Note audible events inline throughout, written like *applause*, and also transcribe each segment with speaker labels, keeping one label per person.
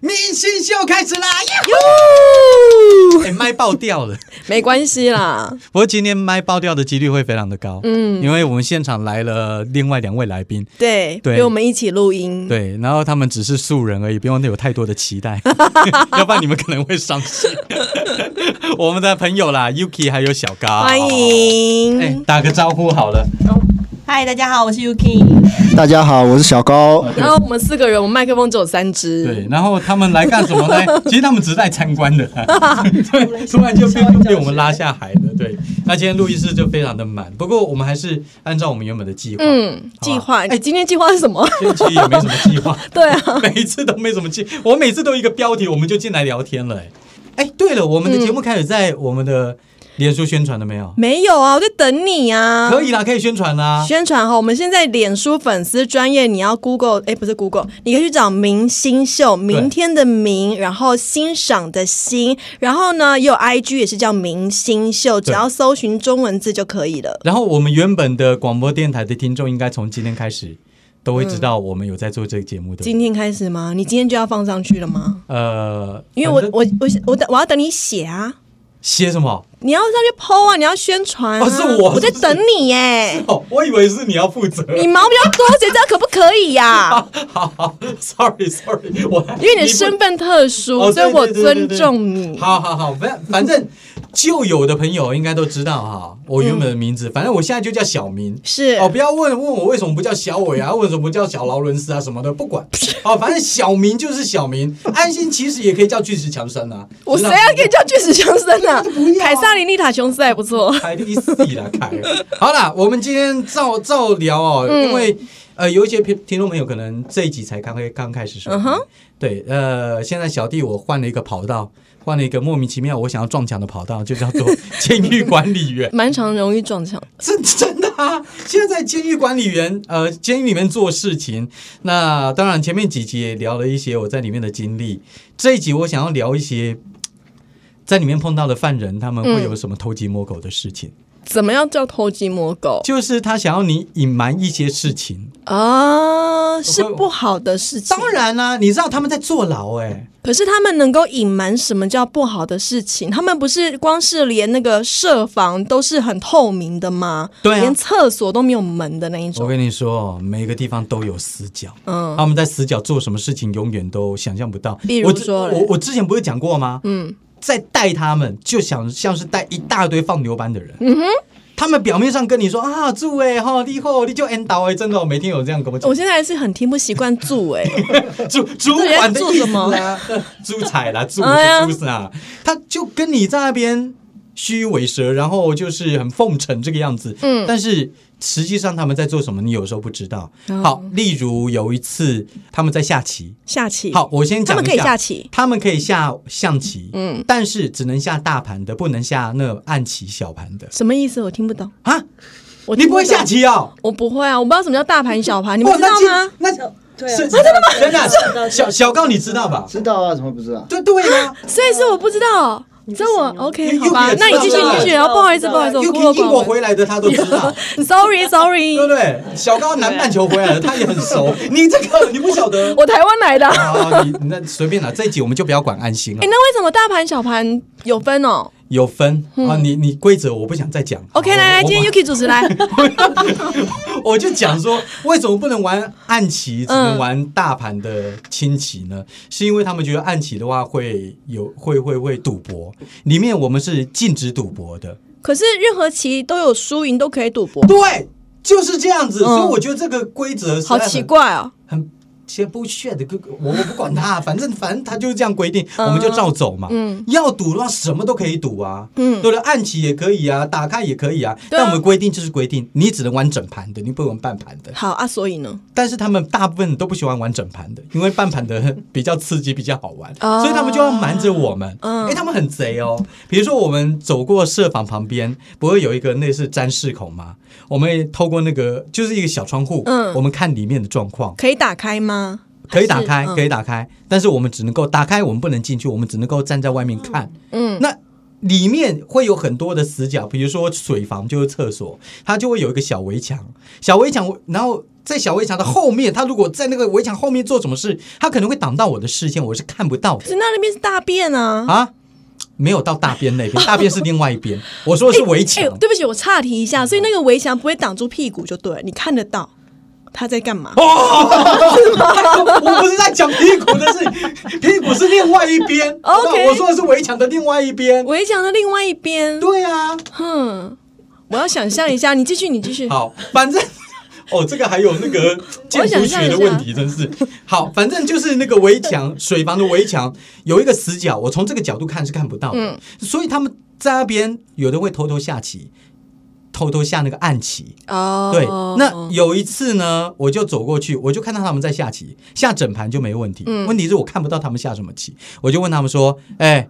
Speaker 1: 明星秀开始啦！
Speaker 2: 哟，
Speaker 1: 哎、麦爆掉 *laughs* 了，
Speaker 2: *laughs* 没关系啦，
Speaker 1: 不过今天麦爆掉的几率会非常的高，嗯，因为我们现场来了另外两位来宾，
Speaker 2: 对，
Speaker 1: 对
Speaker 2: 陪我们一起录音，
Speaker 1: 对，然后他们只是素人而已，不用有太多的期 *laughs* 待，要不然你们可能会伤 *laughs* 心。我们的朋友啦，Yuki 还有小高，
Speaker 2: 欢。迎。
Speaker 1: 哎、打个招呼好了。
Speaker 3: 嗨，大家好，我是 Yuki。
Speaker 4: 大家好，我是小高。
Speaker 2: 然后我们四个人，我们麦克风只有三
Speaker 1: 对
Speaker 2: 支，，
Speaker 1: 然后他们来干什么
Speaker 2: *laughs*
Speaker 1: 呢？其实他们只是来参观的，对，突然就被被我们拉下海了。对，那今天录音室就非常的满，不过我们还是按照我们原本的计划。
Speaker 2: 嗯，计划。哎、今天计划是什么？
Speaker 1: 今天其实也没什么计划， *laughs*
Speaker 2: 对啊，
Speaker 1: 每一次都没什么计，我每次都一个标题，我们就进来聊天了、哎哎，对了，我们的节目开始在我们的脸书宣传了没有？
Speaker 2: 没有啊，我在等你啊。
Speaker 1: 可以啊啦，可以宣传啦。
Speaker 2: 宣传哈，我们现在脸书粉丝专业，你要 Google，哎，不是 Google，你可以去找明星秀，明天的明，然后欣赏的欣，然后呢，也有 IG 也是叫明星秀，只
Speaker 1: 对
Speaker 2: 要搜寻中文字就可以了。
Speaker 1: 然后我们原本的广播电台的听众，应该从今天开始都会知道我们有在做这个节目的。
Speaker 2: 今天开始吗？你今天就要放上去了吗？
Speaker 1: 呃，
Speaker 2: 因为我
Speaker 1: 反正
Speaker 2: 我我我等我要等你写啊，
Speaker 1: 写什么？
Speaker 2: 你要上去 PO 啊，你要宣传、啊。
Speaker 1: 哦是我
Speaker 2: 我在等你耶。
Speaker 1: 哦， *laughs* 我以为是你要负责。 *laughs*
Speaker 2: 你毛比较多，谁知道可不可以呀、
Speaker 1: 好好，sorry sorry，我
Speaker 2: 因为你的身份特殊，
Speaker 1: 哦
Speaker 2: 所
Speaker 1: 对
Speaker 2: 以我
Speaker 1: 对对对
Speaker 2: 尊重你。
Speaker 1: *laughs* 好好好，反反正旧有的朋友应该都知道哈，我原本的名字，反正我现在就叫小明。
Speaker 2: 嗯是
Speaker 1: 哦，不要问问我为什么不叫小伟啊，为什么不叫小劳伦斯啊什么的，不管。哦，反正小明就是小明，安心其实也可以叫巨石强森啊。
Speaker 2: 我谁要跟你叫巨石强森
Speaker 1: *laughs*
Speaker 2: 啊？凯撒琳丽塔琼斯还不错。
Speaker 1: 凯的意思啦，凯。好啦，我们今天照照聊哦，
Speaker 2: 嗯
Speaker 1: 因为呃，有一些听听众朋友可能这一集才刚开刚开始收听
Speaker 2: 嗯哼
Speaker 1: 对，呃，现在小弟我换了一个跑道，换了一个莫名其妙我想要撞墙的跑道，就叫做监狱管理
Speaker 2: *laughs*
Speaker 1: 员。
Speaker 2: 蛮常容易撞墙，
Speaker 1: 真真的啊！现在在监狱管理员，呃，监狱里面做事情。那当然，前面几集也聊了一些我在里面的经历。这一集我想要聊一些在里面碰到的犯人，他们会
Speaker 2: 嗯
Speaker 1: 有什么偷鸡摸狗的事情。
Speaker 2: 怎么样叫偷鸡摸狗
Speaker 1: 就是他想要你隐瞒一些事情。
Speaker 2: 啊？是不好的事情。
Speaker 1: 当，然啦、你知道他们在坐牢哎、
Speaker 2: 可是他们能够隐瞒什么叫不好的事情？他们不是光是连那个设防都是很透明的吗？
Speaker 1: 对啊
Speaker 2: 连厕所都没有门的那一
Speaker 1: 我
Speaker 2: 种。
Speaker 1: 跟你说，每个地方都有死角。
Speaker 2: 嗯，
Speaker 1: 他们在死角做什么事情，永远都想象不到。
Speaker 2: 比如
Speaker 1: 我之
Speaker 2: 说嘞
Speaker 1: 我我之前不是讲过吗？嗯，在带他们，就想像是带一大堆放牛班的人。嗯哼，他们表面上跟你说啊，住哎哈，你后你就 end 倒哎，真的、哦，每天有这样跟我讲
Speaker 2: 我。现在还是很听不习惯住
Speaker 1: *laughs*
Speaker 2: 哎、
Speaker 1: 主主管的
Speaker 2: 做
Speaker 1: 意
Speaker 2: 什
Speaker 1: 思
Speaker 2: 么
Speaker 1: 啦，猪彩啦，猪
Speaker 2: 哎呀
Speaker 1: 猪啥，他就跟你在那边虚与委蛇，然后就是很奉承这个样子。嗯，但是实际上他们在做什么，你有时候不知道。好，
Speaker 2: 哦
Speaker 1: 例如有一次他们在下棋，
Speaker 2: 下棋。
Speaker 1: 好，，我先
Speaker 2: 他
Speaker 1: 讲
Speaker 2: 们
Speaker 1: 一
Speaker 2: 可以下
Speaker 1: 下。
Speaker 2: 棋。
Speaker 1: 他们可以下象棋，嗯
Speaker 2: 嗯，
Speaker 1: 但是只能下大盘的，不能下那种暗棋、小盘的
Speaker 2: 什么意思？我听不懂。
Speaker 1: 啊！
Speaker 2: 我
Speaker 1: 你
Speaker 2: 听
Speaker 1: 不会
Speaker 2: 懂
Speaker 1: 下？棋哦？
Speaker 2: 我不会啊，我不知道什么叫大盘小盘，你
Speaker 1: 哇
Speaker 2: 们知道吗？？
Speaker 1: 那今
Speaker 3: 对
Speaker 1: 那
Speaker 3: 啊
Speaker 1: 是
Speaker 3: 知道
Speaker 1: 真的
Speaker 3: 知道知道
Speaker 1: 小小高，你知道吧？
Speaker 4: 知道啊？怎么不知道？
Speaker 1: 对对呀、
Speaker 2: 所以是我不知道，这我 OK
Speaker 1: 你
Speaker 2: 好吧
Speaker 1: 你？
Speaker 2: 那你继续
Speaker 3: 知道
Speaker 2: 继续，哦然后不好意思不好意思，我
Speaker 1: 又
Speaker 2: 孤
Speaker 1: 可
Speaker 2: 陋
Speaker 1: 以英
Speaker 2: 寡
Speaker 1: 国
Speaker 2: 闻。
Speaker 1: 回来的他都知
Speaker 2: *laughs*
Speaker 1: 道，
Speaker 2: Sorry
Speaker 1: 对不
Speaker 2: Sorry，
Speaker 1: 对？小高南半球回来的他也很熟，你这个你不晓得。
Speaker 2: *laughs*
Speaker 1: *laughs*
Speaker 2: 我台湾来的。哎，
Speaker 1: 啊，你你那随便啦，这一集我们就不要管安心了。
Speaker 2: 那为什么大盘小盘有分哦
Speaker 1: 有分啊，你你规则我不想再讲。
Speaker 2: ？OK，
Speaker 1: 我
Speaker 2: 来来，
Speaker 1: 哦我
Speaker 2: 今天 Yuki 主持来，
Speaker 1: *laughs* 我就讲说，为什么不能玩暗棋，只
Speaker 2: 嗯
Speaker 1: 能玩大盘的轻棋呢？是因为他们觉得暗棋的话会有会会会赌博，里面我们是禁止赌博的。
Speaker 2: 可是任何棋都有输赢，都可以赌博，
Speaker 1: 对，就是这样子，
Speaker 2: 嗯
Speaker 1: 所以我觉得这个规则实
Speaker 2: 好
Speaker 1: 在很
Speaker 2: 奇怪哦。
Speaker 1: 很些不屑的，我我不管
Speaker 2: *laughs*
Speaker 1: 他，反正反正他就是这样规定，我们就照走嘛。嗯，要赌的话什么都可以赌啊，嗯，对不对？暗棋也可以啊，打开也可以啊。
Speaker 2: 对啊
Speaker 1: 但我们规定就是规定，你只能玩整盘的，你不能玩半盘的。
Speaker 2: 好啊，所以呢，
Speaker 1: 但是他们大部分都不喜欢玩整盘的，因为半盘的比较刺激，比较好玩，
Speaker 2: 哦
Speaker 1: 所以他们就要瞒着我们。嗯，
Speaker 2: 嗯
Speaker 1: 因为他们很贼哦。比如说，我们走过社房旁边，不会有一个那是展示孔吗？我们也透过那个就是一个小窗户，嗯，
Speaker 2: 嗯
Speaker 1: 我们看里面的状况。
Speaker 2: 可以打开吗？
Speaker 1: 可以打开，可
Speaker 2: 以。
Speaker 1: 以打开，但是我们只能够打开，我们不能进去，我们只能够站在外面看。
Speaker 2: 嗯，
Speaker 1: 那里面会有很多的死角，比如说水房就是厕所，它就会有一个小围墙，小围墙，然后在小围墙的后面，他如果在那个围墙后面做什么事，他可能会挡到我的视线，我是看不到
Speaker 2: 可
Speaker 1: 的
Speaker 2: 是那那边是大便啊。
Speaker 1: 啊。没有到大便那
Speaker 2: *laughs*
Speaker 1: 边，大便是另外一边。我说的是围墙嗯
Speaker 2: 哎，对不起，我岔题一下，所以那个围墙不会挡住屁股就对了，你看得到他在干
Speaker 1: 哦
Speaker 2: 嘛？
Speaker 1: 我不是在讲屁股的事，屁股是另外一边。
Speaker 2: OK
Speaker 1: 我说的是围墙的另外一边。
Speaker 2: 围墙的另外一边，
Speaker 1: 对啊，
Speaker 2: 哼，我要想象一下，你继续，你继续。
Speaker 1: *laughs* 好，反正哦，这个还有那个建筑学的问题，真是好。反正就是那个围墙，水房的围墙有一个死角，我从这个角度看是看不到的，
Speaker 2: 嗯
Speaker 1: 所以他们在那边有的会偷偷下棋，偷偷下那个暗棋。
Speaker 2: 哦，
Speaker 1: 对，那有一次呢，我就走过去，我就看到他们在下棋，下整盘就没问题。
Speaker 2: 嗯
Speaker 1: 问题是我看不到他们下什么棋，我就问他们说：“哎、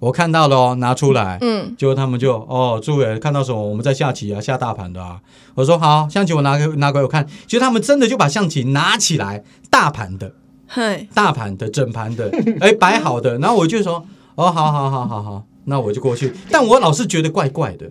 Speaker 1: 我看到了哦，拿出来。”
Speaker 2: 嗯，
Speaker 1: 结果他们就哦，朱伟看到什么？我们在下棋啊，下大盘的啊。我说好，象棋我拿给拿给我看。其实他们真的就把象棋拿起来，大盘的、
Speaker 2: 嗨，
Speaker 1: 大盘的、整盘的， *laughs* 哎，摆好的。然后我就说哦，好好好好好，那我就过去。但我老是觉得怪怪的，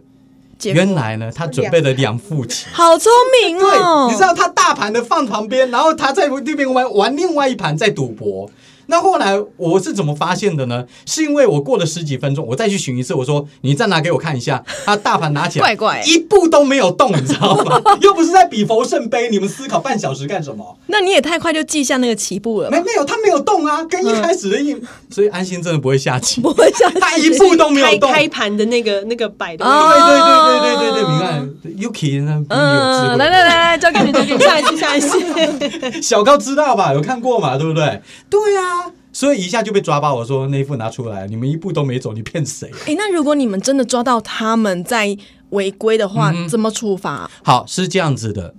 Speaker 2: 结果
Speaker 1: 原来呢，他准备了两副棋。
Speaker 2: 好聪明哦
Speaker 1: 对，，你知道他大盘的放旁边，然后他在那边玩玩另外一盘在赌博。那后来我是怎么发现的呢？是因为我过了十几分钟，我再去寻一次，我说你再拿给我看一下，他大盘拿起来，
Speaker 2: 怪怪
Speaker 1: 一步都没有动，你知道吗？又不是在比佛圣杯，你们思考半小时干什么？
Speaker 2: 那你也太快就记下那个棋步了吧
Speaker 1: 没？没有，他没有动啊，跟一开始的一，所以安心真的不会下棋，
Speaker 2: 我想
Speaker 1: 他一步都没有动。
Speaker 3: 开开盘的那个那个摆的位
Speaker 1: 对
Speaker 2: 啊
Speaker 3: 置。
Speaker 1: 对对对对对，你看 Yuki 呢，比你有智慧。
Speaker 2: 嗯，来来来来，交给你，交给你，
Speaker 3: 下一次，下一
Speaker 1: *laughs*
Speaker 3: 次，
Speaker 1: 小高知道吧？有看过嘛？对不对？对啊，所以一下就被抓包。我说那一副拿出来，你们一步都没走，你骗谁、啊
Speaker 2: 哎、那如果你们真的抓到他们在违规的
Speaker 1: 嗯
Speaker 2: 话，怎么处罚？
Speaker 1: 好，是这样子的，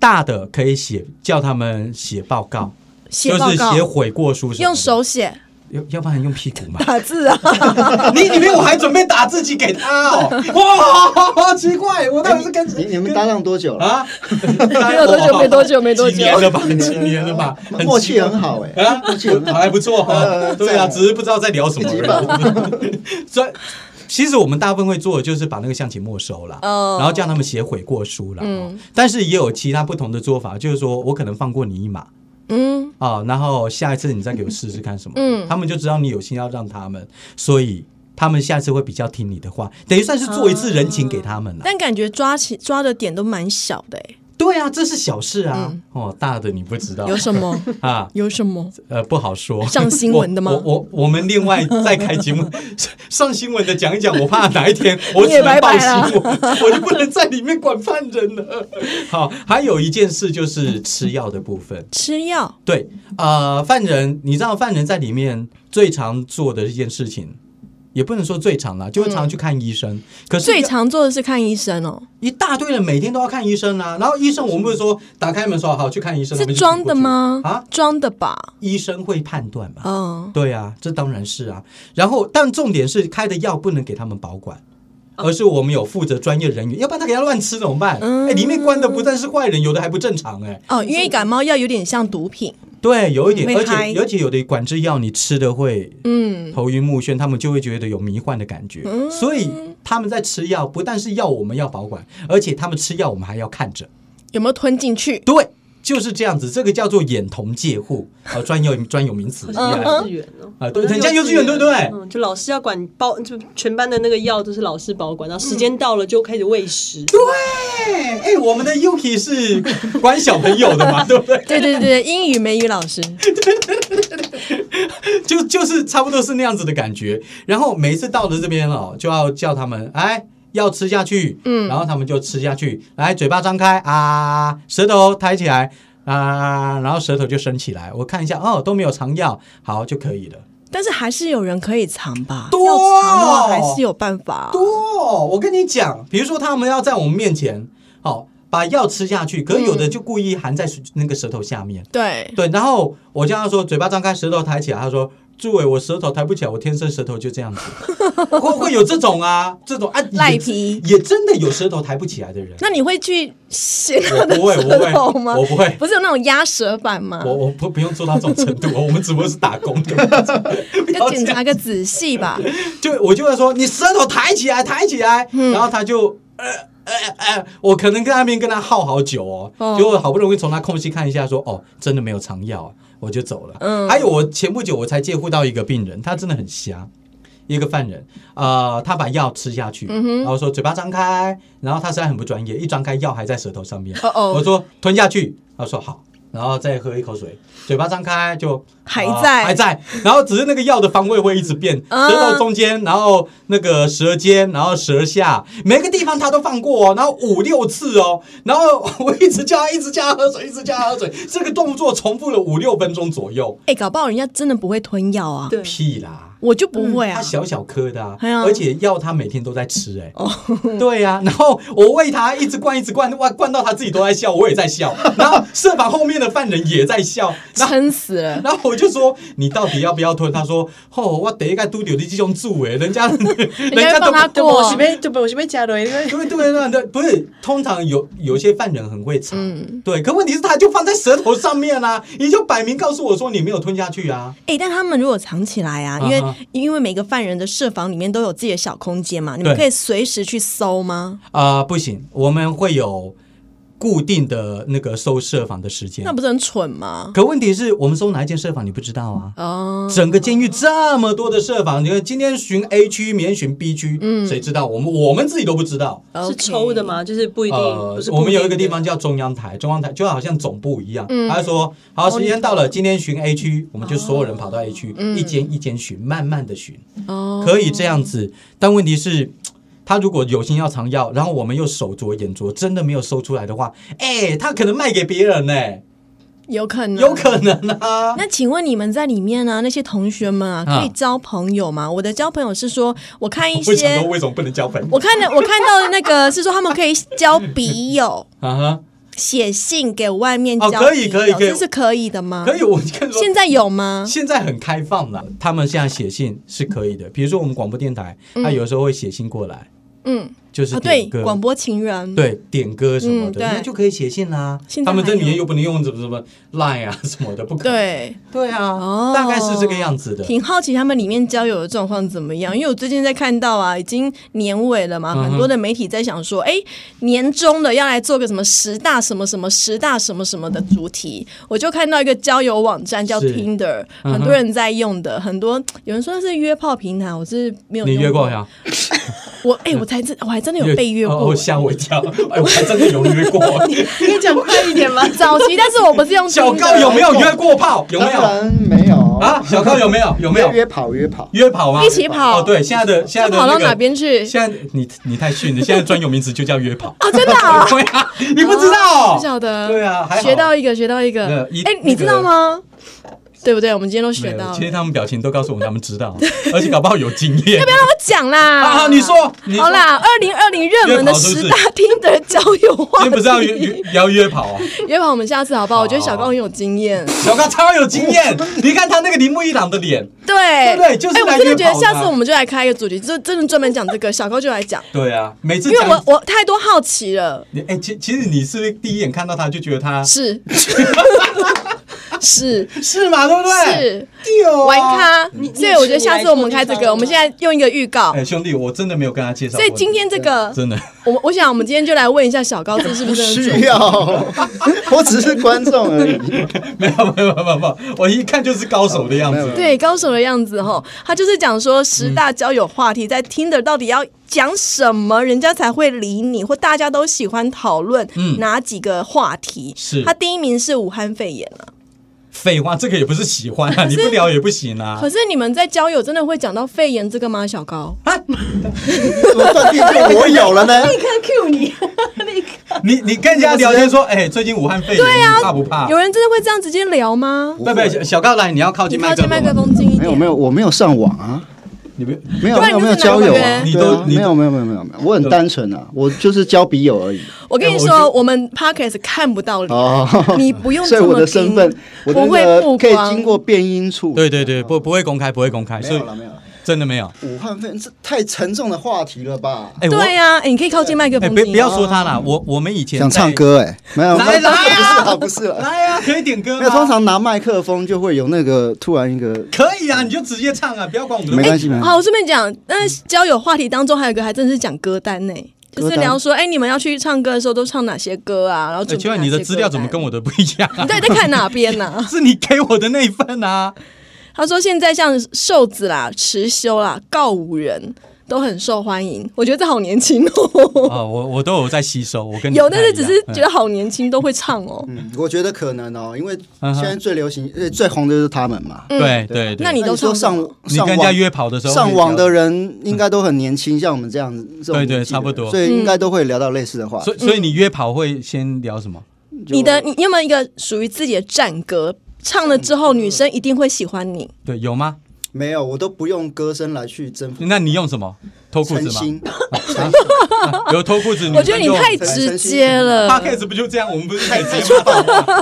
Speaker 1: 大的可以写叫他们写报告，
Speaker 2: 写
Speaker 1: 就
Speaker 2: 报
Speaker 1: 是
Speaker 2: 告，
Speaker 1: 写悔过书什么的
Speaker 2: 用，手写 *laughs*
Speaker 1: 要要不然用屁股嘛。
Speaker 2: 打字啊？
Speaker 1: 你你没有，我还准备打自己给他哦。哇，好奇怪，我到底是跟
Speaker 4: 你你们搭档多久了？
Speaker 1: 啊？
Speaker 2: *laughs* 没有多久，没多久，没多
Speaker 1: 几
Speaker 2: 久。
Speaker 1: 年了吧？几年了吧？很
Speaker 4: *laughs* 默契
Speaker 1: 奇怪
Speaker 4: 很好哎，
Speaker 1: 啊，
Speaker 4: 默契很好
Speaker 1: 还不错哈。
Speaker 4: *laughs* 呃
Speaker 1: 对啊，
Speaker 4: 在
Speaker 1: 只是不知道在聊什
Speaker 4: *laughs*
Speaker 1: 么而已。 *laughs* 所以，其实我们大部分会做的就是把那个象棋没收了，
Speaker 2: 哦嗯
Speaker 1: 然后叫他们写悔过书了。哦但是也有其他不同的做法，就是说我可能放过你一马。
Speaker 2: 嗯，
Speaker 1: 啊、然后下一次你再给我试试看什么，
Speaker 2: 嗯
Speaker 1: 他们就知道你有心要让他们，所以他们下次会比较听你的话，等于算是做一次人情给他们了。
Speaker 2: 但感觉抓起抓的点都蛮小的、欸，
Speaker 1: 对啊，这是小事啊，哦，大的你不知道
Speaker 2: 嗯有
Speaker 1: *laughs*
Speaker 2: 什么？
Speaker 1: 啊，
Speaker 2: 有什么？
Speaker 1: 呃，不好说。
Speaker 2: *laughs* 上新闻的吗
Speaker 1: 我我我我们另外再开节目 *laughs* 上新闻的讲一讲，我怕哪一
Speaker 2: *laughs*
Speaker 1: 天我只能报新闻， *laughs* 我就不能在里面管犯人了。 *laughs* 好，还有一件事就是吃药的部分。
Speaker 2: 吃药？
Speaker 1: 对，呃，犯人，你知道犯人在里面最常做的一件事情，也不能说最常啦，就会常常去看医生。可是
Speaker 2: 嗯最常做的是看医生哦，
Speaker 1: 一大堆人每天都要看医生啊，然后医生我们不是说打开门说好去看医生，啊
Speaker 2: 是
Speaker 1: 我们就
Speaker 2: 装
Speaker 1: 走过
Speaker 2: 的
Speaker 1: 去
Speaker 2: 吗？
Speaker 1: 啊，
Speaker 2: 装的吧？
Speaker 1: 医生会判断吧？
Speaker 2: 嗯，
Speaker 1: 对啊，这当然是啊。然后，但重点是开的药不能给他们保管，而是我们有负责专业人员，要不然他给他乱吃怎么办？哎、
Speaker 2: 嗯
Speaker 1: 里面关的不但是坏人，有的还不正常哎、嗯
Speaker 2: 哦，因为感冒药有点像毒品，
Speaker 1: 对，有一点，
Speaker 2: 会
Speaker 1: 而
Speaker 2: 嗨
Speaker 1: 且而且有的管制药你吃的会
Speaker 2: 嗯，
Speaker 1: 头晕目眩，他们就会觉得有迷幻的感觉，所以他们在吃药，不但是药我们要保管，而且他们吃药我们还要看着。
Speaker 2: 有没有吞进去？
Speaker 1: *laughs* 对，就是这样子，这个叫做眼瞳戒护，呃，专有专有名词。
Speaker 2: 嗯
Speaker 3: 像幼稚园哦，
Speaker 1: 啊对很像幼稚园对不对
Speaker 3: 嗯，就老师要管包，就全班的那个药都是老师保管，然后时间到了就开始喂食。
Speaker 1: 对，哎，我们的 Yuki 是管小朋友的嘛，对不对？
Speaker 2: 对对对，英语美语老师，
Speaker 1: 就就是差不多是那样子的感觉。然后每一次到了这边哦，就要叫他们哎。要吃下去，嗯，然后他们就吃下去，来，嘴巴张开啊，舌头抬起来啊，然后舌头就升起来。我看一下，哦，都没有藏药，好就可以了。
Speaker 2: 但是还是有人可以藏吧？
Speaker 1: 多啊
Speaker 2: 要藏的话还是有办法、
Speaker 1: 多，我跟你讲，比如说他们要在我们面前，好、把药吃下去，可是有
Speaker 2: 嗯
Speaker 1: 的就故意含在那个舌头下面，
Speaker 2: 对，
Speaker 1: 对，然后我叫他说嘴巴张开，舌头抬起来，他说。志伟，我舌头抬不起来，我天生舌头就这样
Speaker 2: *laughs*
Speaker 1: 子，会会有这种啊，这种啊，也
Speaker 2: 赖皮
Speaker 1: 也真的有舌头抬不起来的人。
Speaker 2: 那你会去写他
Speaker 1: 我
Speaker 2: 的
Speaker 1: 不会，我
Speaker 2: 舌头
Speaker 1: 不
Speaker 2: 吗
Speaker 1: 会，？我不会，
Speaker 2: 不是有那种压舌板吗
Speaker 1: 我？我不不用做到这种程度，我们只不过是打工
Speaker 2: *laughs*
Speaker 1: 的，不
Speaker 2: 要
Speaker 1: 要
Speaker 2: 检
Speaker 1: 这样。
Speaker 2: 查
Speaker 1: *laughs*
Speaker 2: 个仔细吧。嗯
Speaker 1: 就我就会说你舌头抬起来，抬起来，然后他就呃哎哎，哎我可能跟那边跟他耗好久哦，
Speaker 2: 哦
Speaker 1: 结果好不容易从他空隙看一下说，哦，真的没有藏药啊，我就走了。
Speaker 2: 嗯
Speaker 1: 还有我前不久我才接触到一个病人，他真的很瞎。一个犯人，呃，他把药吃下
Speaker 2: 嗯
Speaker 1: 去，然后说嘴巴张开，然后他实在很不专业，一张开药还在舌头上面。
Speaker 2: 哦哦
Speaker 1: 我说吞下去，他说好，然后再喝一口水，嘴巴张开就
Speaker 2: 还
Speaker 1: 啊
Speaker 2: 在
Speaker 1: 还在，然后只是那个药的方位会一直变，
Speaker 2: 嗯
Speaker 1: 舌头中间，然后那个舌尖，然后舌下，每个地方他都放过哦，然后五六次哦，然后我一直叫他，一直叫他喝水，一直叫他喝水，这个动作重复了五六分钟左右，
Speaker 2: 哎、搞不好人家真的不会吞药啊，
Speaker 3: 对，
Speaker 1: 屁啦。
Speaker 2: 我就不会啊
Speaker 1: 他。小小颗的、啊，
Speaker 2: 哎呀哦
Speaker 1: 而且药他每天都在吃、哎、 *laughs* 对呀、然后我喂他一直灌一直灌，哇，灌到他自己都在笑，我也在笑，然后社房后面的犯人也在
Speaker 2: *laughs*
Speaker 1: 笑，然后
Speaker 2: 撑死了，
Speaker 1: *laughs* 然后我就说你到底要不要吞？他说哦，我第一个都丢你这种住哎，人家 *laughs* 人家都
Speaker 2: 放他
Speaker 1: 不
Speaker 2: 过啊
Speaker 3: 就我是被就我是被加的，因为
Speaker 1: 对对对对，不是通常有有些犯人很会藏，
Speaker 2: 嗯
Speaker 1: 对，可问题是他就放在舌头上面啦、你就摆明告诉我说你没有吞下去啊，
Speaker 2: 哎、但他们如果藏起来啊，因为、
Speaker 1: 啊哈
Speaker 2: 因为每个犯人的设防里面都有自己的小空间嘛，你们
Speaker 1: 对
Speaker 2: 可以随时去搜吗？
Speaker 1: 啊、不行，我们会有固定的那个收设防的时间
Speaker 2: 那。不是很蠢吗？
Speaker 1: 可问题是我们收哪一间设防你不知道啊？
Speaker 2: 哦，
Speaker 1: 整个监狱这么多的设防，你看今天巡 A 区，明天巡 B 区，
Speaker 2: 嗯
Speaker 1: 谁知道？我们我们自己都不知道。
Speaker 2: OK
Speaker 3: 是抽的？嘛，就是不一定，
Speaker 1: 呃
Speaker 3: 不是，
Speaker 1: 我们有一
Speaker 3: 固
Speaker 1: 个地
Speaker 3: 定的
Speaker 1: 方叫中央台，中央台就好像总部一样，
Speaker 3: 嗯
Speaker 1: 他就说好，时间到了，今天巡 A 区，我们就所有人跑到 A 区，
Speaker 3: 哦嗯
Speaker 1: 一间一间巡，慢慢的巡，
Speaker 2: 哦，
Speaker 1: 可以这样子。但问题是，他如果有心要藏药，然后我们又手拙眼拙，真的没有搜出来的话，哎，他可能卖给别人呢，
Speaker 3: 嗯
Speaker 2: 有可能，
Speaker 1: 有可能啊。
Speaker 2: 那请问你们在里面呢、那些同学们啊，
Speaker 1: 啊
Speaker 2: 可以交朋友吗？我的交朋友是说，我看一
Speaker 1: 为什么
Speaker 2: 些，
Speaker 1: 为什么不能交朋友？
Speaker 2: 我看的我看到的那个是说他们可以交笔友，
Speaker 1: 啊哈，
Speaker 2: 写信给外面交
Speaker 1: 哦
Speaker 2: 笔友、
Speaker 1: 可以可以可以
Speaker 2: 这是可以的吗？
Speaker 3: 啊
Speaker 1: 可以，我看说
Speaker 2: 现在有吗？
Speaker 1: 现在很开放了，他们现在写信是可以的，比如说我们广播电台，他有时候会写信过来，
Speaker 2: 嗯，
Speaker 1: 就是
Speaker 2: 啊，对
Speaker 1: 点，歌
Speaker 2: 广播情人，，
Speaker 1: 对点歌什么的，
Speaker 2: 嗯对
Speaker 1: 那就可以写信啦
Speaker 2: 现。在
Speaker 1: 他们这里
Speaker 2: 还
Speaker 1: 面
Speaker 2: 有
Speaker 1: 又不能用什么什么 Line
Speaker 2: *laughs*
Speaker 1: 啊什么的，不可能。
Speaker 2: 对
Speaker 1: 对啊，
Speaker 2: 哦
Speaker 1: 大概是这个样子的。
Speaker 2: 挺好奇他们里面交友的状况怎么样，因为我最近在看到啊，已经年尾了嘛，
Speaker 1: 嗯哼
Speaker 2: 很多的媒体在想说，哎、年终了要来做个什么十大什么什么十大什么什么的主题，我就看到一个交友网站叫
Speaker 1: 是
Speaker 2: Tinder，、
Speaker 1: 嗯哼
Speaker 2: 很多人在用的，很多有人说是约炮平台，我是没有
Speaker 1: 你
Speaker 2: 用
Speaker 1: 约过？呀？
Speaker 2: 我哎、我才真我还真的有被约过、
Speaker 1: 哦，
Speaker 2: 哎
Speaker 1: 吓我一跳！哎，我还真的有约过。
Speaker 2: *laughs*
Speaker 1: *laughs*
Speaker 3: 可以讲快一点吗？
Speaker 2: 早期，但是我不是用
Speaker 1: 小
Speaker 2: Tinder
Speaker 1: 高有没有约过炮？有没
Speaker 4: 当
Speaker 1: 有
Speaker 4: 然没有
Speaker 1: 啊？小高有没有？有没有
Speaker 4: 约约跑约跑，
Speaker 1: 约跑吗？
Speaker 2: 一起跑
Speaker 1: 哦，对，现在的现在
Speaker 2: 那
Speaker 1: 的
Speaker 2: 跑到
Speaker 1: 那个
Speaker 2: 哪边去？
Speaker 1: 现在你你太逊了，现在专有名词就叫约跑。
Speaker 2: 哦，真的、 *laughs* 啊。
Speaker 1: *laughs* 对啊，你不知道？
Speaker 2: 哦不晓得。
Speaker 1: 对啊，还好
Speaker 2: 学到一个，学到一个
Speaker 1: 没有一。
Speaker 2: 哎，你知道吗？对不对？我们今天都学
Speaker 1: 没
Speaker 2: 到
Speaker 1: 有
Speaker 2: 了。
Speaker 1: 其实他们表情都告诉我们他们知道，而且搞不好有经验。
Speaker 2: 让我讲啦。
Speaker 1: 好啊好你说你说
Speaker 2: 好啦，二零二零热门的
Speaker 1: 约跑是不
Speaker 2: 十
Speaker 1: 是
Speaker 2: 大听的交友话
Speaker 1: *laughs* 今天
Speaker 2: 题。
Speaker 1: 不是要约约要约跑
Speaker 4: *laughs*
Speaker 1: 啊？
Speaker 2: 约跑我们下次好不好？我觉得
Speaker 1: 好
Speaker 2: 小高很有经验。
Speaker 1: 小高超有经验，你看他那个铃木一朗的脸，
Speaker 2: 对
Speaker 1: 对对就是
Speaker 2: 哎，我
Speaker 1: 来
Speaker 2: 真的
Speaker 1: 约
Speaker 2: 觉得
Speaker 1: 跑的啊
Speaker 2: 下次我们就来开一个主题，就真的专门讲这个。小高就来讲，
Speaker 1: 对啊，每次
Speaker 2: 因为
Speaker 1: 讲
Speaker 2: 我我太多好奇了。
Speaker 1: 你哎，其其实你是不是第一眼看到他就觉得他
Speaker 2: 是是
Speaker 1: 是嘛，对不对？
Speaker 2: 是。
Speaker 1: 对哦
Speaker 2: 玩。咖，
Speaker 3: 你
Speaker 2: 所以我觉得下次我们开这
Speaker 3: 你是
Speaker 2: 个，我们现在用一个预告。
Speaker 1: 哎，兄弟，我真的没有跟他介绍过
Speaker 2: 所
Speaker 1: 你，
Speaker 2: 以今天这个，
Speaker 1: 真的 *laughs*
Speaker 2: 我我想我们今天就来问一下小高这是不
Speaker 4: 不
Speaker 2: 是真的
Speaker 4: 需要，我只是观众而已。
Speaker 1: 没有没有没有没有，我一看就是高手的样
Speaker 4: 没有没
Speaker 1: 子。
Speaker 4: 有
Speaker 2: 对高手的样子哈，他就是讲说十
Speaker 1: 嗯
Speaker 2: 大交友话题，在 Tinder 到底要讲什么，人家才会理你，或大家都喜欢讨论
Speaker 1: 嗯
Speaker 2: 哪几个话题？
Speaker 1: 是
Speaker 2: 他第一名是武汉肺炎啊。
Speaker 1: 废话，这个也不是喜欢啊，你不聊也不行啊
Speaker 2: 可。是你们在交友真的会讲到肺炎这个吗？小高，
Speaker 4: 怎么断定就我有了呢？
Speaker 2: *laughs*
Speaker 3: 看 Q 你，那个
Speaker 1: 你你跟人家聊天说，哎，最近武汉肺炎，你怕不怕？
Speaker 2: 啊有人真的会这样直接聊吗？
Speaker 1: 贝贝，小小高来，你要靠
Speaker 2: 你
Speaker 1: 近麦
Speaker 2: 靠
Speaker 1: 克风
Speaker 2: 近麦克风近一
Speaker 4: 没有
Speaker 2: 点。
Speaker 4: 没有，我没有上网啊，
Speaker 1: 你们
Speaker 4: 没有
Speaker 2: 不
Speaker 4: 没
Speaker 2: 然
Speaker 4: 有
Speaker 2: 你就是
Speaker 4: 没有
Speaker 2: 男
Speaker 4: 交
Speaker 2: 的
Speaker 4: 友
Speaker 2: 呗
Speaker 4: 啊，
Speaker 1: 你
Speaker 4: 对
Speaker 1: 都
Speaker 4: 啊，
Speaker 1: 你
Speaker 4: 没有没有没有没有没有，我很单纯啊，我就是交笔友而已。
Speaker 2: 我跟你
Speaker 1: 哎
Speaker 2: 说
Speaker 1: 我，
Speaker 2: 我们 Podcast 看不到脸，
Speaker 4: 哦，
Speaker 2: 你不用
Speaker 4: 所以
Speaker 2: 这么
Speaker 4: 我的身份
Speaker 2: 盯，
Speaker 4: 我的
Speaker 2: 不
Speaker 4: 那
Speaker 2: 会
Speaker 4: 个
Speaker 2: 曝
Speaker 4: 可以
Speaker 2: 光
Speaker 4: 经过变音处。
Speaker 1: 对对对，不不会公开，不会公开，
Speaker 4: 没
Speaker 1: 所以
Speaker 4: 有了没有了。
Speaker 1: 真的没有。
Speaker 4: 武汉肺炎这太沉重的话题了吧？
Speaker 1: 哎，我
Speaker 2: 对呀、哎你可以靠近麦克
Speaker 1: 哎，
Speaker 2: 风
Speaker 1: 别
Speaker 2: 近
Speaker 1: 不
Speaker 2: 一点。
Speaker 1: 要说他啦，我我们以前
Speaker 4: 想
Speaker 1: 在
Speaker 4: 唱，歌哎、没有，
Speaker 1: 来来啊
Speaker 4: 不是了，不是了。
Speaker 1: 来呀，可以点歌
Speaker 4: 没有，
Speaker 1: 吗？
Speaker 4: 通常拿麦克风就会有那个突然一个，
Speaker 1: 可以啊，你就直接唱啊，不要管我们的
Speaker 4: 没
Speaker 1: 麦。
Speaker 4: 关系，没关
Speaker 2: 好，
Speaker 4: 系。
Speaker 2: 我顺便讲，那交友话题当中还有一个还真的是讲歌单呢、就是聊说，哎、你们要去唱歌的时候都唱哪些歌啊？然后
Speaker 1: 哎，
Speaker 2: 准备
Speaker 1: 请问你的
Speaker 2: 哪些
Speaker 1: 资料怎么
Speaker 2: 歌单
Speaker 1: 跟我的不一样、啊
Speaker 2: 你？到底在看哪边呢、
Speaker 1: *laughs* 是你给我的那一份啊！
Speaker 2: *laughs* 他说现在像瘦子啦、持修啦、告五人都很受欢迎，我觉得这好年
Speaker 1: *laughs*
Speaker 2: 轻哦。
Speaker 1: 啊，我我都有在吸收，我跟你
Speaker 2: 有，
Speaker 1: 不太
Speaker 2: 但是
Speaker 1: 一
Speaker 2: 只
Speaker 1: 样
Speaker 2: 是
Speaker 1: 嗯
Speaker 2: 觉得好年轻，都会唱哦。
Speaker 4: 嗯，我觉得可能哦，因为
Speaker 1: 嗯哼
Speaker 4: 现在最流行、呃最红的就是他们嘛。
Speaker 1: 对对对。
Speaker 2: 嗯那你都
Speaker 4: 那说
Speaker 2: 唱什
Speaker 4: 上
Speaker 2: 么
Speaker 1: 你
Speaker 4: 上
Speaker 1: 跟人家
Speaker 4: 网
Speaker 1: 约跑的时候，
Speaker 4: 上网的人应该都很年轻，像我们这样子，这种
Speaker 1: 对对
Speaker 4: 年纪的
Speaker 1: 差不
Speaker 4: 人
Speaker 1: 多
Speaker 4: 所
Speaker 2: 嗯
Speaker 4: 以应该都会聊到类似的话题。
Speaker 1: 所以所以你约跑会先聊什么？
Speaker 4: 就
Speaker 2: 你的你有没有一个属于自己的战歌？唱了之后，
Speaker 4: 嗯
Speaker 2: 女生一定会喜欢你。
Speaker 1: 对，有吗？
Speaker 4: 没有，我都不用歌声来去征服
Speaker 1: 那你用什么？脱裤
Speaker 4: 诚
Speaker 1: 子吗？
Speaker 4: 心，诚
Speaker 1: 有脱裤子，
Speaker 2: *laughs* 我觉得你太
Speaker 4: 嗯就
Speaker 2: 直接
Speaker 1: 大
Speaker 2: 了，
Speaker 1: 概子不就这样？我们不是太直接
Speaker 4: 心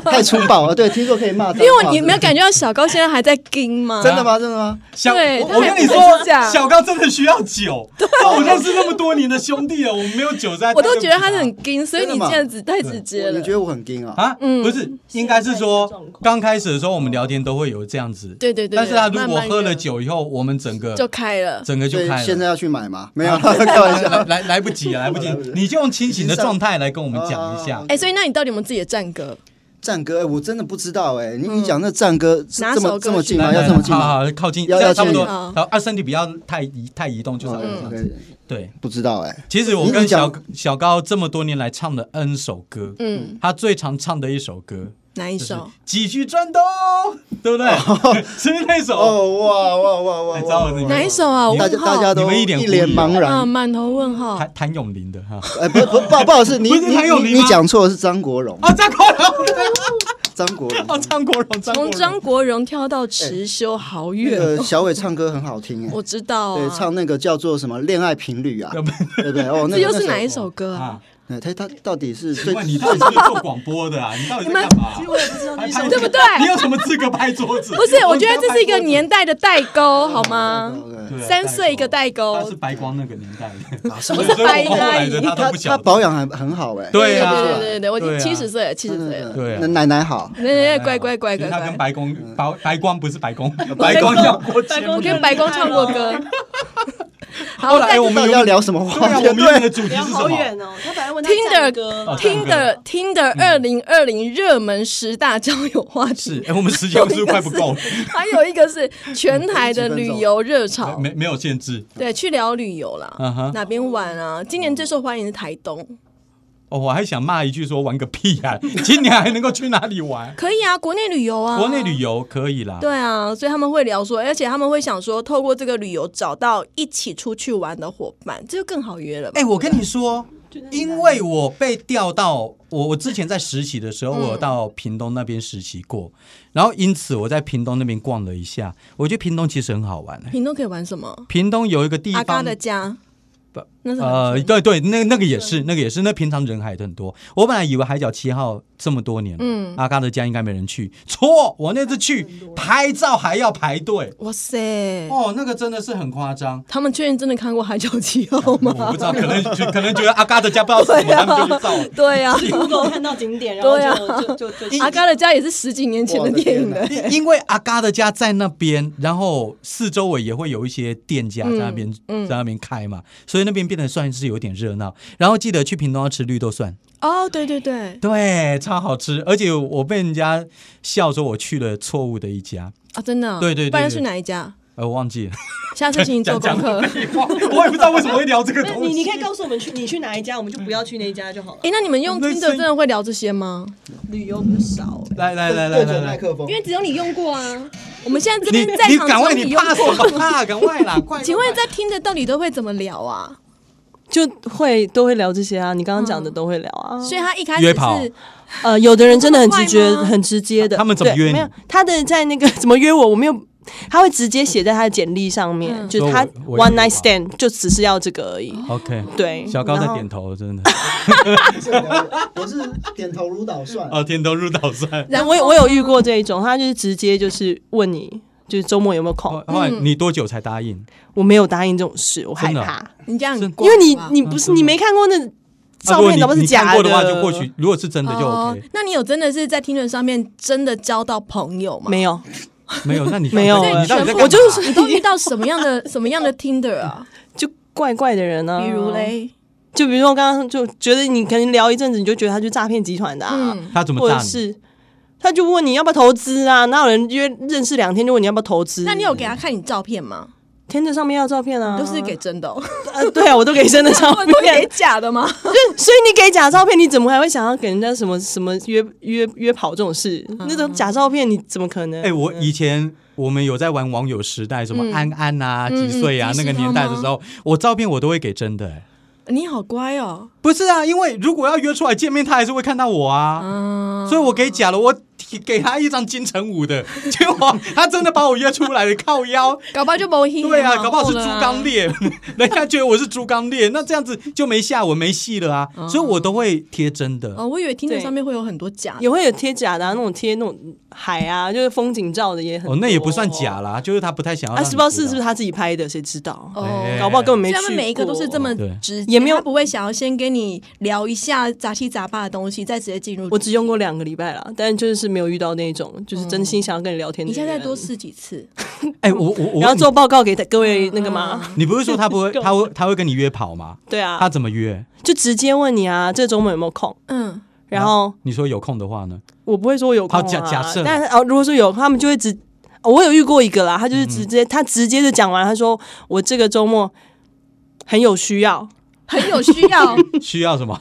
Speaker 4: 太粗暴了。对，听说可以骂脏
Speaker 2: 因
Speaker 4: 话，
Speaker 2: 为我你没有感觉到小高现在还在盯吗？
Speaker 4: 真
Speaker 1: 啊
Speaker 4: 的吗？真的吗？
Speaker 1: 小，
Speaker 2: 对
Speaker 1: 我我
Speaker 2: 他
Speaker 1: 跟
Speaker 2: 还
Speaker 1: 你
Speaker 2: 不
Speaker 1: 说
Speaker 2: 是这，样
Speaker 1: 小高真的需要酒。那我认识那么多年的兄弟了，我们没有酒在，
Speaker 2: 我都
Speaker 1: 对不
Speaker 2: 觉
Speaker 1: 起
Speaker 2: 得他是很盯，所以你
Speaker 4: 啊真的吗
Speaker 2: 这样子太直接
Speaker 4: 你
Speaker 2: 了
Speaker 4: 觉。得我很硬啊？
Speaker 1: 啊，不是，应该是
Speaker 3: 现在的
Speaker 1: 说
Speaker 3: 状况
Speaker 1: 刚开始的时候，我们聊天都会有这样子。
Speaker 2: 对对对，
Speaker 1: 但是他如
Speaker 2: 慢
Speaker 1: 果
Speaker 2: 慢
Speaker 1: 喝了
Speaker 2: 热
Speaker 1: 酒以后，我们整个
Speaker 2: 就开了，
Speaker 1: 整个就
Speaker 4: 所以
Speaker 1: 开
Speaker 4: 现
Speaker 1: 了。
Speaker 4: 在要去
Speaker 1: *laughs*
Speaker 4: 买吗？没有，开玩笑。
Speaker 1: 来来来不及了，来不及
Speaker 4: 来不及！
Speaker 1: 你就用清醒的状态来跟我们讲一下
Speaker 4: 哦。
Speaker 2: 哎，所以那你到底有没有自己的战歌？
Speaker 4: 战歌，哎我真的不知道哎。你你讲那战歌是
Speaker 2: 嗯哪
Speaker 4: 这
Speaker 2: 首
Speaker 4: 么
Speaker 2: 歌
Speaker 4: 这么近吗？
Speaker 1: 来
Speaker 4: 要
Speaker 1: 来
Speaker 4: 这么近
Speaker 1: 好
Speaker 4: 吗？
Speaker 1: 好靠近，
Speaker 4: 要
Speaker 1: 这样
Speaker 4: 要
Speaker 1: 差不多。
Speaker 2: 近好
Speaker 1: 然后啊，身体不要太移太移动，
Speaker 2: 嗯
Speaker 1: 就是这
Speaker 4: 哦
Speaker 1: 样
Speaker 4: 对
Speaker 1: 子。
Speaker 4: 对对
Speaker 1: 对，
Speaker 4: 不知道哎。
Speaker 1: 其实我
Speaker 4: 你
Speaker 1: 跟
Speaker 4: 你讲
Speaker 1: 小小高这么多年来唱的 N 首歌，
Speaker 2: 嗯，
Speaker 1: 他最常唱的一首歌
Speaker 2: 哪一
Speaker 1: 就是
Speaker 2: 首？
Speaker 1: 几许转动，对不对？ *laughs* 是不是那首？
Speaker 4: 哦哇哇哇哇！
Speaker 1: 哎
Speaker 4: 哇
Speaker 1: 糟了你
Speaker 4: 哇
Speaker 2: 哪一首啊？我
Speaker 4: 大
Speaker 2: 问
Speaker 4: 家
Speaker 2: 号
Speaker 4: 大家
Speaker 1: 你
Speaker 4: 都
Speaker 1: 们一脸
Speaker 4: 一脸
Speaker 1: 狐疑
Speaker 4: 茫
Speaker 2: 啊，
Speaker 4: 然。
Speaker 2: 满头问号。
Speaker 1: 谭谭咏麟的哈。 *laughs*
Speaker 4: 哎，不不不不好意思，你
Speaker 1: 不是
Speaker 4: 你
Speaker 1: 谭咏
Speaker 4: 你
Speaker 1: 麟
Speaker 4: 你
Speaker 1: 吗
Speaker 4: 讲错的是张国荣，
Speaker 1: 啊，张国荣，
Speaker 4: 张国荣。
Speaker 1: 啊，张国荣，张国
Speaker 2: 从张
Speaker 1: 荣。
Speaker 2: 国荣跳到池修，好
Speaker 4: 哎那
Speaker 2: 远哦。
Speaker 4: 个小伟唱歌很好听哎，
Speaker 2: 我知道
Speaker 4: 对，
Speaker 2: 啊
Speaker 4: 唱，那个叫做什么《恋爱频率》啊，
Speaker 1: 要
Speaker 4: 对
Speaker 1: 不
Speaker 4: 不对？哦，那
Speaker 2: 这又
Speaker 4: 个
Speaker 2: 是哪一？
Speaker 4: 那
Speaker 2: 首歌啊？
Speaker 1: 啊，
Speaker 4: 哎他他到底是
Speaker 1: 请
Speaker 4: 最
Speaker 1: 问你到底是不是做广播的
Speaker 2: *laughs*
Speaker 1: 啊？你到底在干嘛？
Speaker 3: 其实我也不知道那
Speaker 1: 拍
Speaker 3: 首
Speaker 2: 对不
Speaker 3: 歌
Speaker 2: 对
Speaker 1: *laughs* 你有什么资格拍桌子？
Speaker 2: 不是，我觉得这是一个年代的代沟，好吗？
Speaker 1: 对啊
Speaker 2: 三岁一个代
Speaker 1: 他是
Speaker 2: 沟，
Speaker 1: 白光那个年代的，
Speaker 2: *laughs*
Speaker 4: 啊
Speaker 1: 所以
Speaker 2: 不是白
Speaker 1: *laughs* 我后来的
Speaker 2: 阿姨
Speaker 1: 他都
Speaker 4: 他
Speaker 1: 不
Speaker 4: 他
Speaker 1: 晓得。
Speaker 4: 保养还很好哎，
Speaker 1: 对啊，
Speaker 2: 对对对对，我已经
Speaker 1: 对啊
Speaker 2: 七十岁了，七十岁了。
Speaker 1: 对啊
Speaker 4: 那奶奶好，
Speaker 2: 对对对，乖乖乖
Speaker 1: 其啊实
Speaker 2: 乖
Speaker 1: 他跟
Speaker 2: 乖。
Speaker 1: 白宫白白光不是白
Speaker 2: *laughs*
Speaker 1: 宫，白光要过千里
Speaker 3: 白宫
Speaker 2: 我跟 *laughs* 白光唱过歌。好
Speaker 1: 后，来
Speaker 2: 但
Speaker 1: 我们
Speaker 4: 到底
Speaker 1: 有
Speaker 4: 要聊什么话
Speaker 1: 对啊，
Speaker 4: 题？
Speaker 1: 我们原本的主题
Speaker 3: 聊
Speaker 1: 是什
Speaker 3: 好
Speaker 1: 么？
Speaker 3: 远哦，他本来问他
Speaker 2: Tinder
Speaker 3: 战歌
Speaker 1: 啊，
Speaker 2: Tinder Tinder 二零二零热门十大交友话题，
Speaker 1: 是，哎，我们时间是不是快不够了？
Speaker 2: 还有一个是全台的旅游热潮，
Speaker 1: 没没有限制。
Speaker 2: 对，去聊旅游啦
Speaker 1: 嗯哼
Speaker 2: 哪边玩啊？今年最受欢迎是台东，
Speaker 1: 哦，我还想骂一句说玩个屁啊！今年还能够去哪里玩？
Speaker 2: 可以啊，国内旅游啊，
Speaker 1: 国内旅。游可以啦。
Speaker 2: 对啊，所以他们会聊说，而且他们会想说，透过这个旅游找到一起出去玩的伙伴，这就更好约了嘛。
Speaker 1: 哎，我跟你说，因为我被调到我我之前在实习的时候，我有到屏东那边实习过，然后因此我在屏东那边逛了一下，我觉得屏东其实很好玩。哎
Speaker 2: 屏东可以玩什么？
Speaker 1: 屏东有一个地
Speaker 2: 阿嘎
Speaker 1: 方
Speaker 2: 的家
Speaker 1: 不，
Speaker 2: 那是
Speaker 1: 呃，
Speaker 2: 呃，
Speaker 1: 对对，那那个也是，那个也是，那平常人还很多。我本来以为海角七号这么多年，嗯，阿嘎的家应该没人去，错，我那次去拍照还要排队，
Speaker 2: 哇塞，
Speaker 1: 哦，那个真的是很夸张。
Speaker 2: 他们确认真的看过《海角七号》
Speaker 1: *laughs* 我
Speaker 2: 吗？
Speaker 1: 不知道，可能可能觉得阿嘎的家不知道是 *laughs* 什么，他们就去照了。
Speaker 2: 对呀、
Speaker 1: *laughs*
Speaker 3: ，Google 看到景点，然后
Speaker 2: 对啊
Speaker 3: 就就就就
Speaker 2: 阿嘎的家也是十几年前的电影了。
Speaker 1: 因因为阿嘎的家在那边，然后四周围也会有一些店家在那边、在那边开嘛，所以那边变得算是有点热闹。然后记得去屏东要吃绿豆蒜，
Speaker 2: 哦，对对对，
Speaker 1: *laughs* 对，超好吃，而且我被人家笑说我去了错误的一家，
Speaker 2: 啊，真的啊、
Speaker 1: 对对对对
Speaker 2: 不然是哪一家？
Speaker 1: 呃，我忘
Speaker 3: *laughs*
Speaker 1: 记了，
Speaker 2: 下次请你做功课。 *laughs*
Speaker 1: 废话，我也不知道为什么会聊这个
Speaker 3: 那你你可以告诉我们去你去哪一家，我们就不要去那一家就好了。
Speaker 2: 哎，那你们用
Speaker 1: 那
Speaker 2: Tinder
Speaker 1: 声音
Speaker 2: 真的会聊这些吗？
Speaker 3: 旅游不少欸，
Speaker 1: 来来来来来来，
Speaker 4: 克风
Speaker 2: 因为只有你用过啊。我们现在这
Speaker 1: 你
Speaker 2: 边在
Speaker 1: 你
Speaker 2: 场
Speaker 1: 赶
Speaker 2: 只有
Speaker 1: 快，
Speaker 2: 你
Speaker 1: 你
Speaker 2: 用
Speaker 1: 怕什
Speaker 2: 过。
Speaker 1: 么怕？赶快
Speaker 3: *laughs*
Speaker 1: 啦，快！
Speaker 2: 请问在 Tinder 到底都会怎么聊啊？
Speaker 3: 就会都会聊这些啊。你刚刚讲的都会聊啊。
Speaker 2: 所以他一开始
Speaker 1: 约跑
Speaker 2: 是
Speaker 3: 呃，有的人真的很直
Speaker 2: 嗯这
Speaker 3: 觉，
Speaker 2: 么快吗
Speaker 3: 很直接的。
Speaker 1: 他们怎么
Speaker 3: 对
Speaker 1: 约你
Speaker 3: 没有，他的在那个怎么约我，我没有。他会直接写在他的简历上面，
Speaker 2: 嗯
Speaker 3: 就是他
Speaker 1: 说我我约
Speaker 3: one
Speaker 1: 你吧
Speaker 3: night stand 就只是要这个而已。
Speaker 1: OK，
Speaker 3: 对，
Speaker 1: 小高在
Speaker 3: 然后
Speaker 1: 点头，真的，
Speaker 4: 我是点头如捣蒜
Speaker 1: *laughs* 哦，点头如捣蒜。
Speaker 2: 然后
Speaker 3: 我有我有遇过这一种，他就是直接就是问你，就是周末有没有空
Speaker 1: 后？后来你多久才答应？
Speaker 3: 我没有答应这种事，我害
Speaker 1: 真的
Speaker 3: 怕
Speaker 1: 啊，
Speaker 2: 你这样很怪
Speaker 3: 因为你
Speaker 2: 吧
Speaker 3: 你不是你没看过那
Speaker 1: 啊
Speaker 3: 照
Speaker 1: 如果
Speaker 3: 片，哪怕
Speaker 1: 你
Speaker 3: 是
Speaker 1: 你看
Speaker 3: 假
Speaker 1: 过的话，就或许如果是真的就
Speaker 2: 哦
Speaker 1: OK，，
Speaker 2: 那你有真的是在 Tinder 上面真的交到朋友吗？
Speaker 3: 没有。
Speaker 1: 没有，那你
Speaker 3: 没有
Speaker 1: 那你到底在
Speaker 2: 全
Speaker 1: 干
Speaker 2: 部
Speaker 1: 嘛
Speaker 3: 我就是
Speaker 2: *laughs* 你都遇到什么样的什么样的 Tinder 啊？
Speaker 3: 就怪怪的人啊，
Speaker 2: 比如，嘞，
Speaker 3: 就比如说我刚刚就觉得你可能聊一阵子，你就觉得他是诈骗集团的啊，
Speaker 2: 嗯，
Speaker 1: 他怎么
Speaker 3: 或
Speaker 1: 炸
Speaker 3: 者
Speaker 1: 你？
Speaker 3: 是他就问你要不要投资啊？哪有人约认识两天就问你要不要投资？
Speaker 2: 那你有给他看你照片吗？
Speaker 3: 填着上面要照片啊？
Speaker 2: 都是给真的、哦，
Speaker 3: *laughs* 呃对啊，我都给真的照
Speaker 2: *laughs* 都给
Speaker 3: 片，
Speaker 2: 假的吗？
Speaker 3: 所以你给假照片，你怎么还会想要给人家什么什么约约约跑这种事？
Speaker 2: 嗯
Speaker 3: 那种假照片你怎么可能？
Speaker 1: 哎、我以前我们有在玩网友时代，什么安安啊、
Speaker 2: 嗯
Speaker 1: 几岁啊、
Speaker 2: 嗯
Speaker 1: 那个年代的时候，我照片我都会给真的、哎
Speaker 2: 你好乖哦，
Speaker 1: 不是啊，因为如果要约出来见面，他还是会看到我啊，
Speaker 2: 嗯，
Speaker 1: 所以我给假了，我提给他一张金城武的， *laughs* 结果他真的把我约出来了，靠腰。
Speaker 2: 搞不好就没戏了
Speaker 1: 对啊，搞不好是猪刚烈， *laughs* 人家觉得我是猪刚烈，那这样子就没下文没戏了啊，所以我都会贴真的。
Speaker 2: 哦，我以为听着
Speaker 3: 对
Speaker 2: 上面会有很多假的，
Speaker 3: 也会有贴假的、啊，那种贴那种海啊，就是风景照的也很多
Speaker 1: 哦，那也不算假。啦，就是他不太想要
Speaker 3: 啊，
Speaker 1: 让你
Speaker 3: 是
Speaker 1: 知
Speaker 3: 不知
Speaker 1: 道。
Speaker 3: 道是不是他自己拍的？谁知道？
Speaker 2: 哦
Speaker 1: 哎
Speaker 3: 搞不好根本没
Speaker 2: 所以
Speaker 3: 去
Speaker 2: 他们每一个都是这么
Speaker 1: 对
Speaker 2: 直接，
Speaker 3: 也没有
Speaker 2: 他不会想要先跟你聊一下杂七杂八的东西，再直接进入。
Speaker 3: 我只用过两个礼拜啦，但就是没有遇到那种就是真心想要跟你聊天
Speaker 2: 嗯
Speaker 3: 的
Speaker 2: 你
Speaker 3: 人。
Speaker 2: 现在再多试几次，
Speaker 1: 哎、我我我
Speaker 3: 然后
Speaker 1: 问你
Speaker 3: 做报告给各位那个吗？
Speaker 2: 嗯
Speaker 1: 你不是说他不会，他会他会跟你约跑吗？
Speaker 3: 对
Speaker 1: *laughs* 他
Speaker 3: 啊，
Speaker 1: 怎么约？
Speaker 3: 就直接问你啊，这周末有没有空？
Speaker 2: 嗯，
Speaker 3: 然后
Speaker 1: 你说有空的
Speaker 3: *laughs*
Speaker 1: 话呢？
Speaker 3: 我不会说有空、
Speaker 1: 啊
Speaker 3: 啊，
Speaker 1: 好假假设
Speaker 3: 但是哦，如果说有，他们就会直。哦我有遇过一个啦，他就是直
Speaker 1: 嗯
Speaker 3: 接，他直接就讲完，他说我这个周末很有需
Speaker 2: 哦
Speaker 3: 要，
Speaker 2: 很有需
Speaker 3: *laughs*
Speaker 2: 要，
Speaker 1: 需要什么？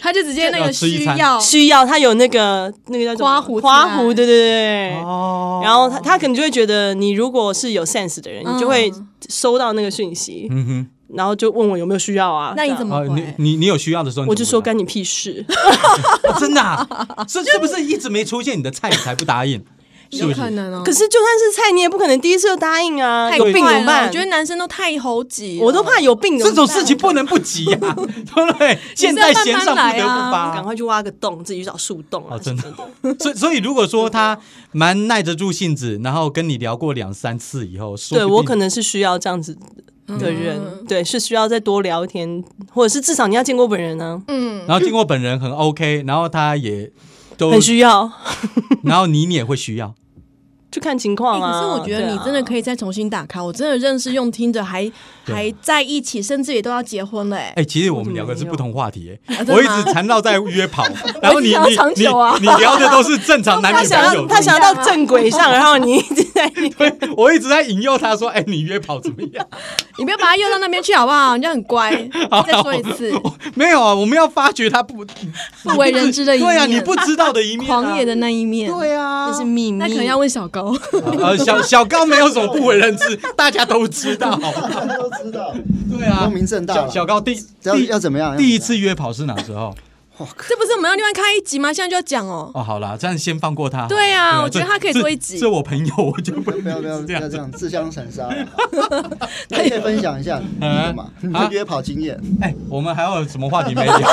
Speaker 2: 他就直接那
Speaker 1: 要
Speaker 2: 个
Speaker 1: 吃一
Speaker 2: 需
Speaker 1: 餐
Speaker 2: 要，
Speaker 3: 需要他有那个那个叫什
Speaker 2: 花
Speaker 3: 么
Speaker 2: 啊狐自
Speaker 3: 花
Speaker 2: 然
Speaker 3: 狐，对对对。
Speaker 1: 哦
Speaker 3: 然后他他可能就会觉得你如果是有 sense 的人，你就会
Speaker 2: 嗯
Speaker 3: 收到那个讯息，
Speaker 1: 嗯
Speaker 3: 然后就问我有没有需要啊？
Speaker 2: 那你怎
Speaker 3: 这样
Speaker 1: 哼，
Speaker 2: 么嗯
Speaker 1: 哦，你你你有需要的时候，
Speaker 3: 我就说干你屁事，
Speaker 1: 干，真的啊，是是不是一直没出现你的菜，你才不答
Speaker 3: *laughs*
Speaker 1: 应？是
Speaker 2: 有
Speaker 1: 不
Speaker 2: 可
Speaker 1: 是？
Speaker 2: 能哦
Speaker 3: *laughs* 可。是就算是菜，你也不可能第一次就答应啊，
Speaker 2: 太
Speaker 3: 有病
Speaker 2: 快
Speaker 3: 怎么
Speaker 2: 了
Speaker 3: 办
Speaker 2: 我觉？得男生都太猴急了，
Speaker 3: 我都怕有病怎
Speaker 1: 这
Speaker 3: 么
Speaker 1: 种
Speaker 3: 办，
Speaker 1: 事情不能不急呀， *laughs* 对不
Speaker 3: *laughs*
Speaker 1: 对？
Speaker 2: 是要
Speaker 1: 箭在
Speaker 3: 啊
Speaker 1: 弦上不得不
Speaker 3: 赶
Speaker 1: 发。
Speaker 3: 快去挖个洞，自己去找树洞啊！
Speaker 1: 哦，真的，所以所以如果说他蛮耐得住性子，然后跟你聊过两三次以后，说
Speaker 3: 对
Speaker 1: 不定
Speaker 3: 我可能是需要这样子的人，
Speaker 2: 嗯
Speaker 3: 对，是需要再多聊一天，或者是至少你要见过本人啊呢、
Speaker 2: 嗯，
Speaker 1: 然后经过本人很 OK，然后他也都，
Speaker 3: 很需要， *laughs*
Speaker 1: 然后你你也会需要，
Speaker 3: 就看情况
Speaker 2: 欸
Speaker 3: 啊。
Speaker 2: 可是我觉得你真的可
Speaker 3: 以，
Speaker 2: 以再重新打开，我真的认识用听着还
Speaker 1: 对
Speaker 2: 还在一起，甚至也都要结婚了、欸，
Speaker 1: 哎、其实我们两个是不同话题、哎
Speaker 2: 啊真的吗
Speaker 1: 我一直缠绕在约
Speaker 2: *laughs*
Speaker 1: 跑，然后你
Speaker 2: 我一
Speaker 1: 你
Speaker 2: 直想要长
Speaker 1: 你
Speaker 2: 久啊
Speaker 1: 你聊的都是正常男
Speaker 2: *laughs*
Speaker 3: 他
Speaker 1: 女
Speaker 3: 想
Speaker 1: 朋
Speaker 3: 要
Speaker 1: 友，
Speaker 3: 他想要到正轨上，然后你一直在
Speaker 1: 我一直在引诱他说，哎、你约跑怎么样？ *laughs*
Speaker 2: 你不要把他诱到那边去好不好？你这样很乖。
Speaker 3: *laughs*
Speaker 2: 再说一次，
Speaker 1: 没有啊，我们要发掘他不
Speaker 2: 不为人知的一面，
Speaker 1: 对啊，你不知道的一面、啊，
Speaker 2: 狂野的那一面，
Speaker 1: 对啊
Speaker 3: 那，是秘密。
Speaker 2: 哦那可能要问小高。
Speaker 1: 呃，小小高没有什么不为人知，大家都知
Speaker 2: *laughs*
Speaker 1: 道，
Speaker 4: 大家都知道，
Speaker 1: 对啊
Speaker 4: 光，明正大
Speaker 1: 小
Speaker 4: 了。
Speaker 1: 小高第
Speaker 4: 要
Speaker 1: 第
Speaker 4: 要怎么样？
Speaker 1: 第一次约跑是哪时候？
Speaker 2: 这不是我们要另外开一集吗？现在就要讲哦。
Speaker 1: 哦，好啦，这样先放过他。
Speaker 2: 对啊我觉得
Speaker 1: 这
Speaker 2: 他可以
Speaker 1: 这
Speaker 2: 做一集
Speaker 1: 这我朋友，我就不
Speaker 4: 不要不要不
Speaker 1: 这样
Speaker 4: 要这
Speaker 1: 子。
Speaker 4: 样自相残 *laughs* 杀了。那你可以分享一下
Speaker 1: 嗯
Speaker 4: 你的嘛？你
Speaker 1: 啊
Speaker 4: 的约跑经验，
Speaker 1: 哎、我们还有什么话题没
Speaker 2: *laughs*
Speaker 1: 聊？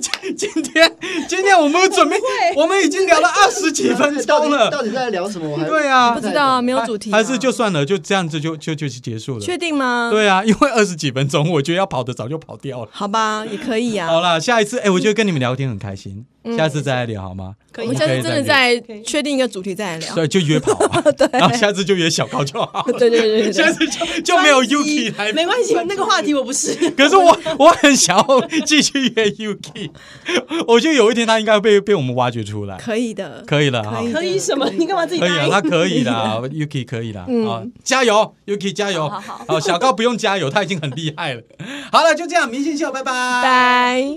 Speaker 1: 今今天今天我们准备，我们已经聊了二十几分
Speaker 4: 到
Speaker 1: 钟
Speaker 4: 底
Speaker 2: 哎
Speaker 1: 了。
Speaker 4: 到底在聊什么？我还
Speaker 1: 对啊，
Speaker 2: 不知道啊，没有主题啊、
Speaker 1: 还是就算了，就这样子就就就就结束了。
Speaker 2: 确定吗？，
Speaker 1: 对啊，因为二十几分钟，我觉得要跑的早就跑掉了。
Speaker 2: 好吧，也可以啊。
Speaker 1: 好啦，下一次哎、我觉得跟你们聊天很开心，下次再来聊好吗？
Speaker 3: 可
Speaker 2: 我
Speaker 3: 以
Speaker 2: 们下次真的再
Speaker 3: 以
Speaker 2: 确定一个主题再来聊。
Speaker 1: 对，就约跑、
Speaker 2: *laughs*
Speaker 1: 啊，然后下次就约小高就好，*laughs*
Speaker 2: 对对对对
Speaker 1: 下次
Speaker 2: 对，
Speaker 1: 就就没有 Yuki 来，
Speaker 3: 没关系，那个话题我不是。
Speaker 1: 可是我 *laughs* 我很想要继续约 Yuki，我觉得有一天他应该被被我们挖掘出来，
Speaker 2: 可以的。
Speaker 1: 可以了哈
Speaker 2: 可，以
Speaker 3: *laughs* 可以什么？你干嘛自己
Speaker 1: 可以
Speaker 3: 答
Speaker 1: 啊，
Speaker 3: 应？
Speaker 1: 他可以啦，Yuki 可以啦，啊，加油，Yuki 加油，
Speaker 2: 嗯好好
Speaker 1: 小高不用加油，他已经很厉害了。好了，就这样，明星秀，拜拜，
Speaker 2: 拜。